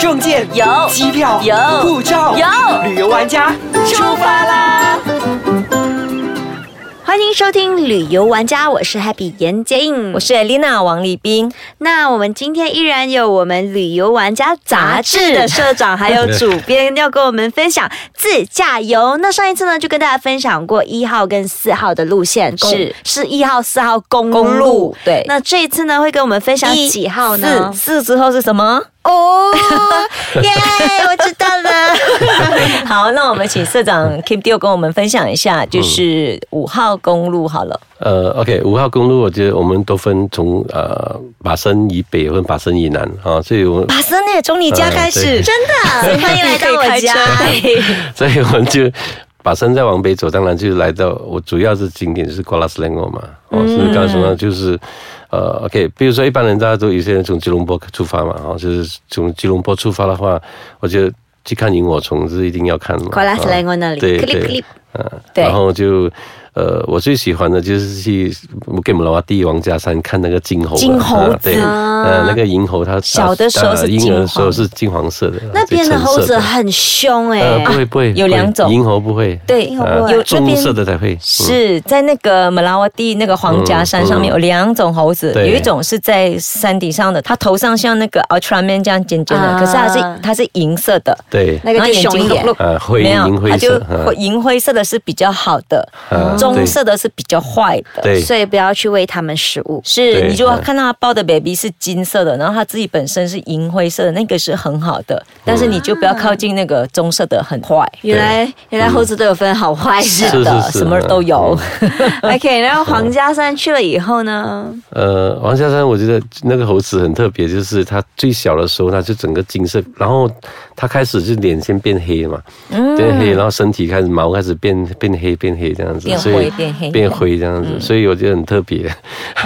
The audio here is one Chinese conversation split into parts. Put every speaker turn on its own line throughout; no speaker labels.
证件
有
机票
有
护照
有
旅游玩家出发啦！
欢迎收听旅游玩家，我是 Happy 严洁颖，
我是 Elena 王立斌，
那我们今天依然有我们旅游玩家杂志的社长还有主编要跟我们分享自驾游。那上一次呢，就跟大家分享过一号跟四号的路线，
公
是是一号、四号公路。
公路对。
那这一次呢，会跟我们分享
一
几号呢？
四四之后是什么？
哦，耶，我知道了。
好，那我们请社长 Keep Deal 跟我们分享一下，
嗯
就是五号公路好了。
呃，OK，五号公路，我觉得我们都分从呃马生以北分马生以南啊，所以我们
把森呢，从你家开
呃
始
对，
真的，欢迎来到我家。
对
所以我们就把山再往北走，当然就来到我主要是景点就是 g u a l a s l a n g o 嘛，哦，
嗯
是刚才说到就是。呃，OK，比如说一般人大家都有些人从吉隆坡出发嘛，哦，就是从吉隆坡出发的话，我觉得去看萤火虫是一定要看嘛。
快来
哦
来我那里，
对
click
对
click
啊，
对
然后就呃，我最喜欢的就是去给姆拉瓦蒂王家山看那个金猴啊，
金猴
啊对，呃，那个银猴它
小的时候是
呃婴儿的时
金黄
候是金黄色的，啊
那边的
橙色
猴子很凶哎、
嗯
呃不会不会，
有
不会
两种
银猴不会，
对，
猴不会
有那
棕色
边。
的才会，嗯
是在那个马拉瓦蒂那个皇家山上面
嗯嗯
有两种猴子，
对
有一种是在山顶上的，它头上像那个 Ultraman 这样尖尖的，
啊
可是它是它是银色的，
对，
那个就凶一点。
呃，灰
没有
银
它
灰
就
色，啊
灰银灰色的是比较好的，
啊
棕色的是比较坏的。
对
所以不要去喂它们食物。
是，
对
你就要
嗯
看到他抱的 baby 是金色的，然后他自己本身是银灰色的，那个是很好的，但是你就不要靠近那个棕色的，很坏。
原来原来猴子都有分好坏
是
的。
嗯
的什么都有。
OK，然后黄家山去了以后呢，
呃，王家山，我觉得那个猴子很特别，就是它最小的时候，它就整个金色，然后它开始就脸先变黑嘛，
嗯
变黑，然后身体开始毛开始变变黑变黑这样子，
变
所以
灰变黑嗯
变灰这样子，所以我觉得很特别。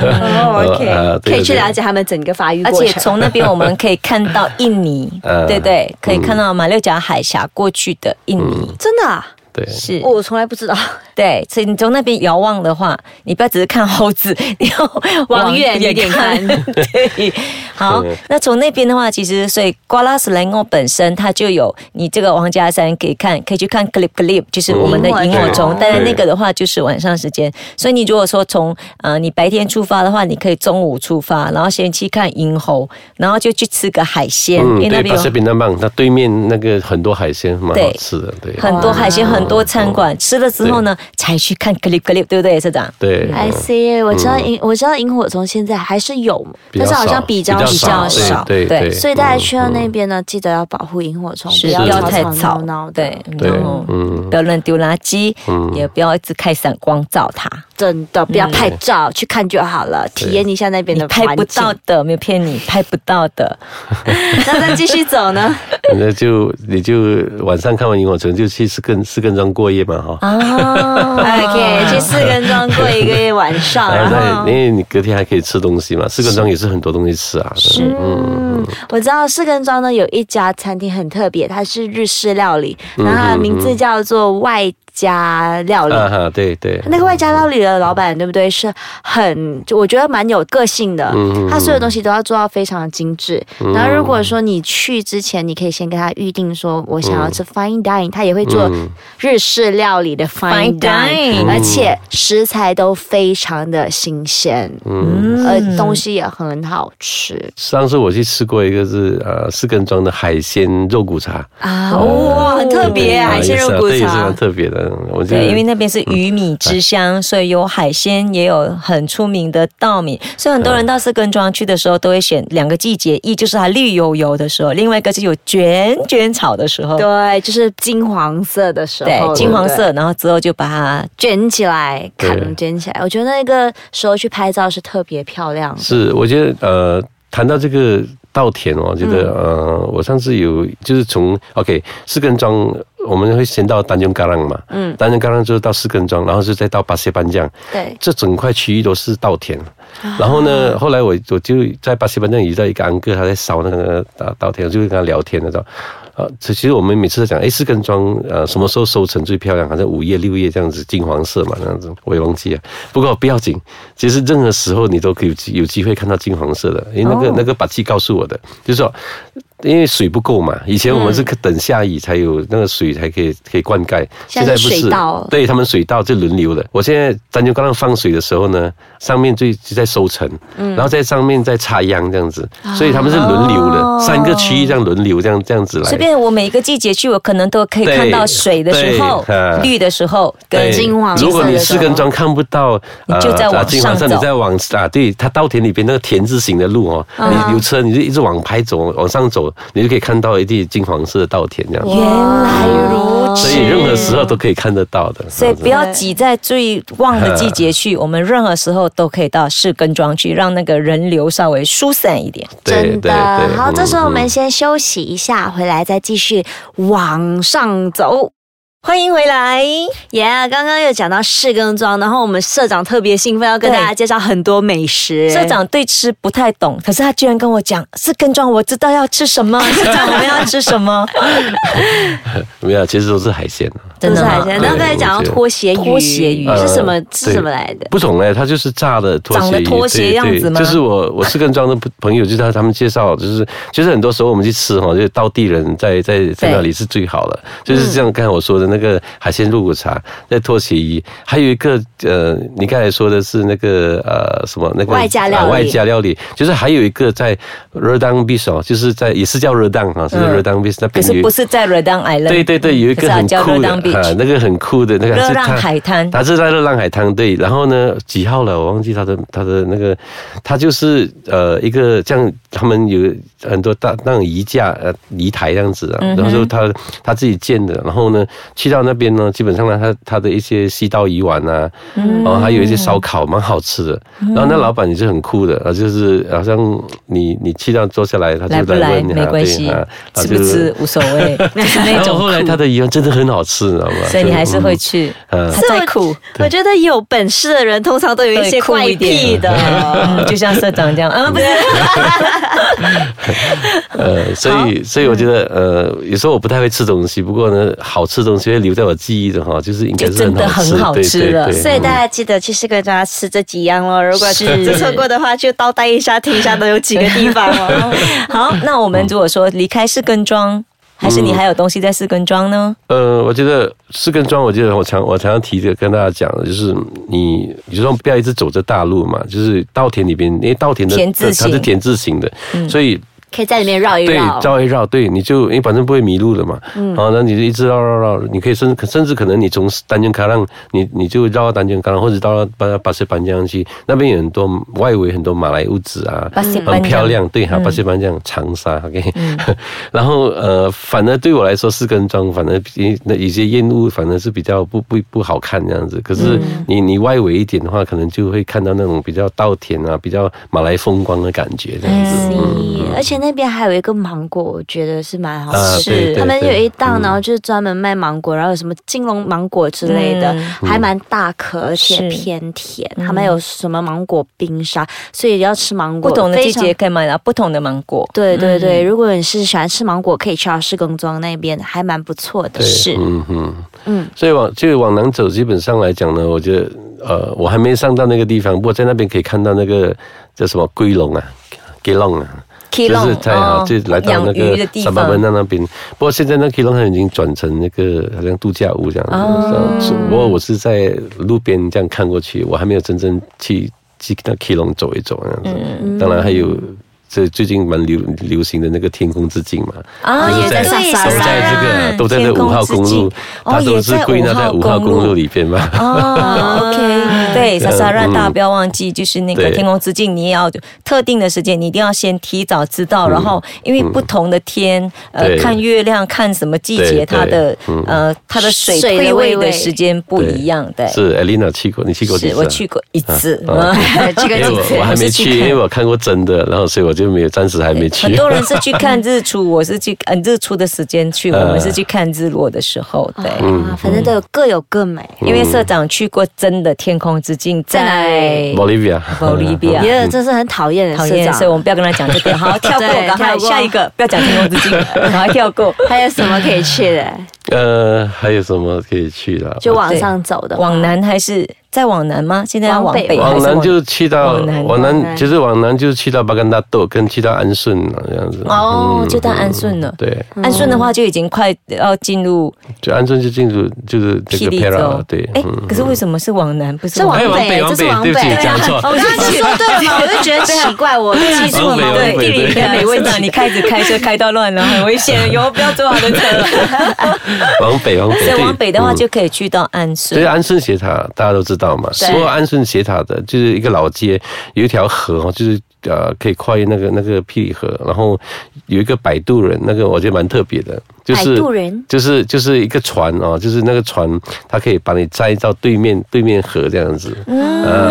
哦，OK，、
呃
可以去。
对
了
对
解它们整个发育
而
过
且
程。
从那边我们可以看到印尼，
呃
对对，可以看到马六甲海峡过去的印尼，
真的、啊，
对，
是
哦， 我从来不知道。
对，所以你从那边遥望的话，你不要只是看猴子，你要
往远一点看
对，好
对，
那从那边的话，其实所以瓜拉斯兰欧本身它就有你这个王家山可以看，可以去看 clip clip，就是我们的
嗯
萤火虫
对。
但是那个的话就是晚上时间，所以你如果说从呃你白天出发的话，你可以中午出发，然后先去看萤猴，然后就去吃个海鲜，
嗯，
因为那
对，
边
巴
有
塞比那棒，它对面那个很多海鲜，蛮好
对
吃的，对，嗯
很多海
嗯
鲜，很多餐馆，吃了之后呢，才去看 clip clip，对不对，社长？
对，
哎
I
嗯
see，我知道萤、我知道萤火虫现在还是有，
比较
但是好像
少
比较
比
较
少。
少
对
对
对，
所以大家去到
嗯
那边呢，记得要保护萤火虫，
是
不要
不要
吵
哦太
吵
吵
闹闹的。
对，，
对
然后，
嗯
不要乱丢垃圾，也不要一直开闪光照它，
真的不要拍照，去看就好了，体验一下那边
你
的
拍不
环境
到的，没有骗你，拍不到的。
那再继续走呢？
那就你就晚上看完萤火虫就去四根四根庄过夜嘛哈，
啊
哦
OK，去四根庄过一个夜晚上，然
然后
后
再因。为你隔天还可以吃东西嘛，四根庄也是很多东西吃啊，是
嗯，我知道四根庄呢有一家餐厅很特别，它是日式料理，然后它的名字叫做外家料理。
啊哈，对对，
那个外家料理的老板，对不对？是很，就我觉得蛮有个性的。他所有东西都要做到非常的精致。然后如果说你去之前，你可以先跟他预定说，我想要吃 fine dining，他也会做
嗯
日式料理的 fine
Fine
dining，
dining
而且食材都非常的新鲜，嗯，
呃
而东西也很好吃
上次我去吃过一个是呃四根庄的海鲜肉骨茶，
啊！哇，很特别啊，
哦啊
海鲜
也是
肉
啊
骨
对也是
茶
蛮。特别的，我觉得
对，因为那边是
嗯
鱼米之乡，所以有海鲜，也有很出名的稻米，所以很多人到四根庄去的时候，都会选两个季节，一就是它绿油油的时候，另外一个是有卷卷草的时候，
对，就是金黄色的时候，
对，金黄
对
色，然后之后就把它
卷起来，
对
砍卷起来。我觉得那个时候去拍照是特别漂亮的。
是，我觉得呃，谈到这个稻田哦，我觉得、
嗯
呃，我上次有就是从 OK 四根庄，我们会先到丹中嘎浪嘛，嗯，丹中嘎浪之后到四根庄，然后就再到巴西班江，
对，
这整块区域都是稻田。然后呢，后来我我就在巴西班江遇到一个安哥，他在烧那个稻稻田，我就跟他聊天那种。啊，其实我们每次都讲，哎，四根庄，呃，什么时候收成最漂亮？好像五月、六月这样子，金黄色嘛，那样子，我也忘记了。不过不要紧，其实任何时候你都可以有机有机会看到金黄色的，因为那个、那个把记告诉我的，就是说因为水不够嘛，以前我们是等下雨才有那个水才可以可以灌溉，
现在是水稻
对他们水稻就轮流的。我现在单球高浪放水的时候呢，上面就就在收成，
嗯
然后在上面再插秧这样子，
啊
所以他们是轮流
哦
的，三个区域这样轮流这样这样子来。
随便我每一个季节去，我可能都可以
对
看到水的时候
对啊、
绿的时候
对
跟
金黄色
如果你
的时
四
候
根桩看不到，
你就再往
啊金黄色
上走
你再往啊，对，它稻田里边那个田字形的路哦，
嗯
你有车你就一直往拍走，往上走，你就可以看到一地金黄色的稻田这样。
原来如此，
所以任何时候都可以看得到的。
所以不要挤在最旺的季节去，我们任何时候都可以到市耕庄去，让那个人流稍微疏散一点。
对
真
对
的
对。
好，这时候我们
嗯
先休息一下，回来再继续往上走。
欢迎回来，
耶、刚刚又讲到市耕庄，然后我们社长特别兴奋，要跟
对
大家介绍很多美食。
社长对吃不太懂，可是他居然跟我讲市耕庄，我知道要吃什么， 社长我们要吃什么，
没有，其实都是海鲜啊。
都
真
是
的
海
吗
鲜，
对
那刚才讲到拖鞋鱼，
拖鞋鱼
是什么
呃？
是什么来的？
不懂哎，它就是炸的拖
长
鞋
得
鱼，
拖鞋
对
样
对
子吗
就是我我是跟庄的朋友，就是他他们介绍，就是就是很多时候我们去吃哈，就是道地人在在在那里是最好的，就是像刚才我说的那个海鲜肉骨茶，在拖鞋鱼，还有一个呃，你刚才说的是那个呃什么那个
外加料理
啊外加料理，就是还有一个在 Redang Beach 哦，就是在也是叫 Redang 哈，是
嗯
Redang Beach 那
可
边有
是
一
不是在 Redang Island？
对对对，有一
可
个
是它
很
叫
酷的
Redang Beach
啊，那个很酷的那个
热
是
浪
它
海滩
它是在热浪海滩对。然后呢，几号了？我忘记它的它的那个，它就是呃一个这样，他们有很多大那种移架呃移台这样子啊，
嗯哼
然后就他他自己建的。然后呢，去到那边呢，基本上呢，他他的一些西稻鱼丸啊，
嗯
然后还有一些烧烤，蛮好吃的。然后那老板也是很酷的，啊，就是好像你你去到坐下来，他就
来不来
问你啊
没关
对
系
啊，然
吃不
后就
吃无所谓，就是那
然后
种
后来他
苦，
的鱼丸真的很好吃，你知道吗？
所以你还是会
就
去。
嗯
他再苦，
我觉得有本事的人通常都有一些
对酷
怪
一点
癖的。
嗯，就像社长这样，啊，不是，
嗯 呃，所以所以我觉得
嗯
呃，有时候我不太会吃东西，不过呢，好吃的东西会留在我记忆的哈，就是应该
就是真的
很
很
好
好
吃，
吃
对
了
对对。
所以大家记得去市耕庄吃这几样哦。如果
是
是错过的话，就倒带一下，听一下都有几个 地方哦。
好，那我
嗯
们如果说离开四根庄，还是你还有东西在四根庄呢？
呃，我觉得四根庄，我记得我常我常常提着跟大家讲的，就是你有时候不要一直走着大路嘛，就是稻田里边，因为稻田的
田字
它是
形嗯
田字形的，所以
可以在里面绕一
对
绕，。
绕一绕，对，你就你反正不会迷路的嘛。嗯，好，那你就一直绕绕绕，你可以甚至甚至可能你从单间卡浪，你你就绕到单间卡浪，或者到巴巴士班江去，那边有很多外围很多马来屋子啊，
巴西班这
很
样嗯
漂亮，对哈，巴西班江长沙，OK，、然 后呃，反而对我来说四根庄，反而比那有些烟雾反而是比较不不不好看这样子。可是
嗯
你你外围一点的话，可能就会看到那种比较稻田啊，比较马来风光的感觉这样子。
咦而且那边还有一个芒果，我觉得是蛮好
嗯啊
吃。
对对
他们有
对
一档，
嗯
然后就是专门卖芒果，然后有什么金龙芒果之类的，
嗯
还蛮大颗，而且
是
偏甜。
嗯
他们有什么芒果冰沙，所以要吃芒
不
果。
同的季
非
节
常。
可以买到不同的芒果。
对对
嗯
对，如果你是喜欢吃芒果，可以去到市耕庄那边，还蛮不错的。
对
是，
嗯嗯。
嗯，
所以往就往南走，基本上来讲呢，我觉得呃，我还没上到那个地方，不过在那边可以看到那个叫什么龟龙啊。基隆啊，
k
就是在啊，就来到那
哦养鱼的
个
地
三八温
方。
那那边。不过现在那基隆它已经转成那个好像度假屋这样子。
哦
是不过我是在路边这样看过去，我还没有真正去去那基隆走一走那样子。
嗯
当然还有这最近蛮流流行的那个天空之镜嘛，
啊
就是
也在
都
萨萨
在
拉
这个都在
嗯
这
天
五
空
号
之
公
境
路，它
哦
都是归纳在五号公
也
路。
在
里边嘛。
哦，OK，对，莎莎让
嗯
大家不要忘记，就是那个
对
天空之境，你也要特定的时间，你一定要先提早知道，然后因为不同的天，呃
嗯对，
看月亮、看什么季
对嗯
节，它的呃它的水
水的位
退位
位
的时间不一样，对，
是 Elena 去过，你去过几次
是
啊？
我去过一次。
啊啊
这个
因为
季
我我
节
还没
我是
去，
去
因
看
为我看过真的，然后所以我就没有，暂时还没去。
很多人是去看日出，我是去 嗯日出的时间去，我
啊
们是去看日落的时候，对。
嗯
啊，反正都有各有各美。
因为社长去过真的天空之境，
在哪里
Bolivia，嗯
Bolivia
耶，真是很讨厌的
讨
社
厌，
长
所以。我们不要跟他讲这 个。好，跳过，
对
赶快
跳过
下一个，不要讲天空之 境，赶快跳过。
还有什么可以去的？
呃，还有什么可以去的？
就往上走的话，
往南还是再往南吗？现在要
往
往
北
北还
往
是
南就去到
往南
往
往
南，
南
就是往南就去到巴干大豆，跟去到安顺啊这样子。
哦
嗯，
就到安顺了。
对，
嗯
安顺的话就已经快要进入
就安顺就进入就是这
霹
个
雳
Pera
州
了，，对。
嗯
嗯
哎，可是为什么是往南，不是
是
往
往
哎，往
北
北，往
这是
北，
往
对不起
北，
讲错。
我刚刚就说哦对啊了嘛， 我就觉得奇怪，我记住了
往北
嘛。
往北
对，地理
对
没问题。你开始开车开到乱了，很危险，以后不要坐他的 车。
往北，往北，
所以往北的话，
嗯
就可以去到安
所以
顺。
安顺斜塔大家都知道嘛，
对
所有安顺斜塔的就是一个老街，有一条河哦，就是呃可以跨越那个那个霹雳河，然后有一个摆渡人，那个我觉得蛮特别的，就是
摆渡人
就是就是一个船哦，就是那个船它可以把你载到对面对面河这样子，嗯、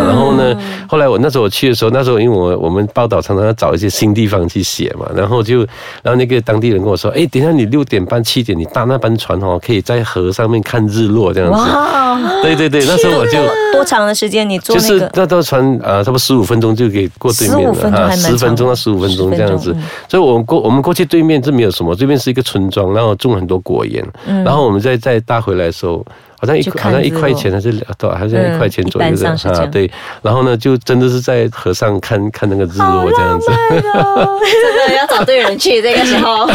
然后呢，后来我那时候我去的时候，那时候因为我我们报道常常要找一些新地方去写嘛，然后就然后那个当地人跟我说，哎，等一下你六点半七点你搭那班船哦，可以在河上面看日落这样子。
哇，
对对对，那时候我就
多长的时间你坐
就
那
是
个？
那艘船呃，差不多十五分钟就可以过对面
15分
了
钟还蛮
十分钟
长
到
的
十五分钟这样子
15分钟嗯。
所以我们过我们过去对面是没有什么，这边是一个村庄，然后种很多果园，然后我们再再搭回来的时候。好像一
就
好
嗯看
像一
日落
块钱还是多，好像一块钱
嗯
左右
一般
的
上是这样
对，然后呢，就真的是在河上看看那个日落这样子。
哦
真的要找对人去，这个时 候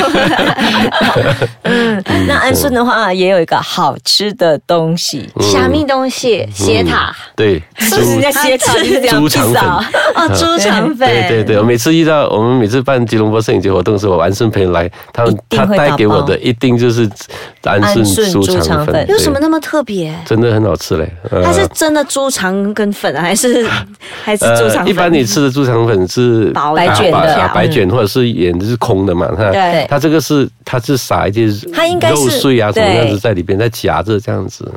嗯，那安顺的话
嗯
也有一个好吃的东西，
虾米东西斜塔
嗯对，
是不是人家斜塔就是这样
猪肠粉
披萨
哦，猪肠粉，
嗯对对对，我每次遇到我们每次办吉隆坡摄影节活动的时候，我安顺朋友来，他们
一
他
定会打包
带给我的一定就是安顺
安顺
猪
猪
肠
肠
粉
粉，
有什么那么特别？
真的很好吃嘞。呃
它是真的猪肠跟粉啊，还是 还是猪肠粉？
嗯呃一般你吃的猪肠粉是
薄
白卷的
啊白卷或者是圆的是空的嘛？它
对
它这个是它是撒一些
它应该是
肉碎啊什
对
么样子在里边，再夹着这样子，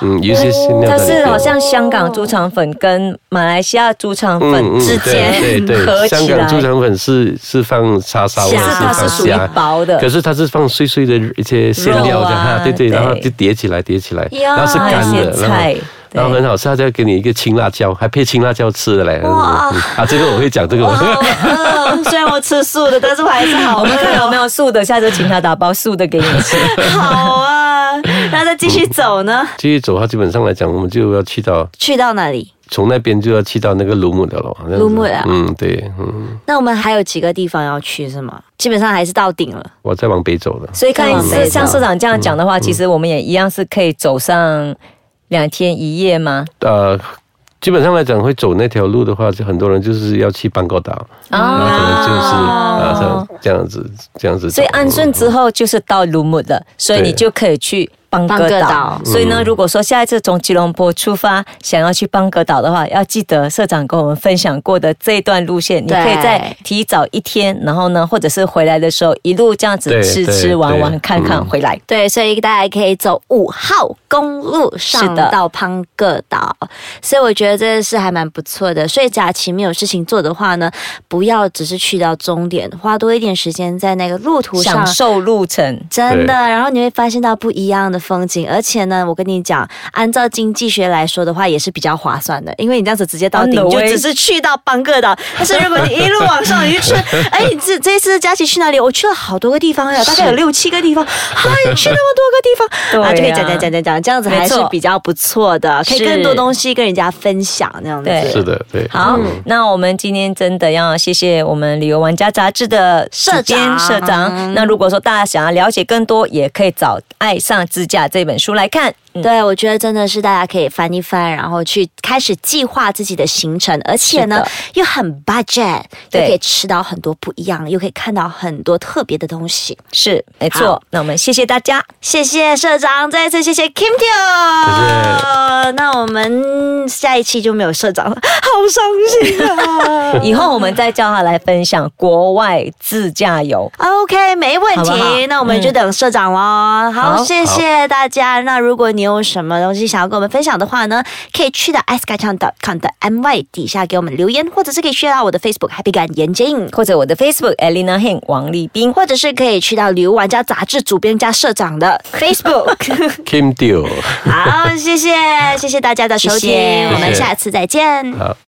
嗯，有一些馅料
它哦
在里
是
边。
好像香港猪肠粉跟马来西亚猪肠粉之
嗯对
间
对
合
对，
起
香港
来，
猪肠粉是是放叉烧，或者
是它
放
是属于
虾，
薄的
可，是它是放碎碎的一些馅料
肉
的，
啊
哈对
对
对，然后就叠起来叠起来，
呀
然后是
还有
干
一些
的，然
菜
后。然后很好吃，它再给你一个青辣椒，还配青辣椒吃的嘞。嗯啊，这个我会讲，这个
哦
我
哇好饿虽然我吃素的，但是我还是好
我 们看
饿。
有没有素 的，下
嗯
次请他打包素的给你吃。
好啊，那再继续
嗯
走呢？
继续走的话，基本上来讲，我们就要去到
去到哪里？
从那边就要去到那个卢姆的了。这样子
卢姆的啊
嗯，对，嗯，
那我们还有几个地方要去是吗？基本上还是到顶了。
我再往北走了。
所以看
嗯
是像社长这样讲的话，其实我们也一样是可以走上两天一夜吗？
呃，基本上来讲，会走那条路的话，就很多人就是要去班高岛。然嗯后可能就是啊，这样这样子这样子走。
哦所以安顺之后就是到卢姆了，所以
对
你就可以去邦
邦
哥
哥
岛
岛。
所以
嗯
呢，如果说下一次从吉隆坡出发，想要去邦哥岛的话，要记得社长跟我们分享过的这一段路线，你
对
可以再提早一天，然后呢，或者是回来的时候一路这样子
对
吃
对
吃玩玩
对
看看
嗯
回来。
对，所以大家可以走五号公路上
是的
到潘各岛，所以我觉得这是还蛮不错的。所以假期没有事情做的话呢，不要只是去到终点，花多一点时间在那个路途上
享受路程，
真的，
对
然后你会发现到不一样的风景，而且呢，我跟你讲，按照经济学来说的话，也是比较划算的，因为你这样子直接到
On
顶
the
就
way
只是去到邦各岛，但是如果你一路往上，你就去，哎，你这这次佳琪去哪里？我去了好多个地方呀，大概有六七个地方，啊，你去那么多个地方，
对
就可以
呀
讲讲讲讲讲，这样子还是
没错
比较不错的，可以
是
更多东西跟人家分享，那样子。
对
是的，对。嗯
好，
嗯
那我们今天真的要谢谢我们旅游玩家杂志的
社
主编
长
社长。那如果说大家想要了解更多，也可以找《爱上自驾》这本书来看。嗯，
对，我觉得真的是大家可以翻一翻，然后去开始计划自己的行程，而且呢又很 budget，又
对
可以吃到很多不一样，又可以看到很多特别的东西。
是没
好
错。那我们谢谢大家，！
谢谢社长，再次谢谢 Kim Tio。那我们下一期就没有社长了，好伤心啊
以后我们再叫他来分享国外自驾游。
OK，没问题。
好不好
那我们就等社长喽。好，
好
谢谢大家。那如果你有什么东西想要跟我们分享的话呢，可以去到 s k a c h a n g c o m 的 my 底下给我们留言，或者是可以去到我的 Facebook Happy 感言 Jane。
或者我的 Facebook Elena h e n 王丽斌，
或者是可以去到《旅游玩家》杂志主编加社长的 Facebook。
Kim Deal。
好，谢谢谢谢大家的收听，
谢谢
我们下次再见。
好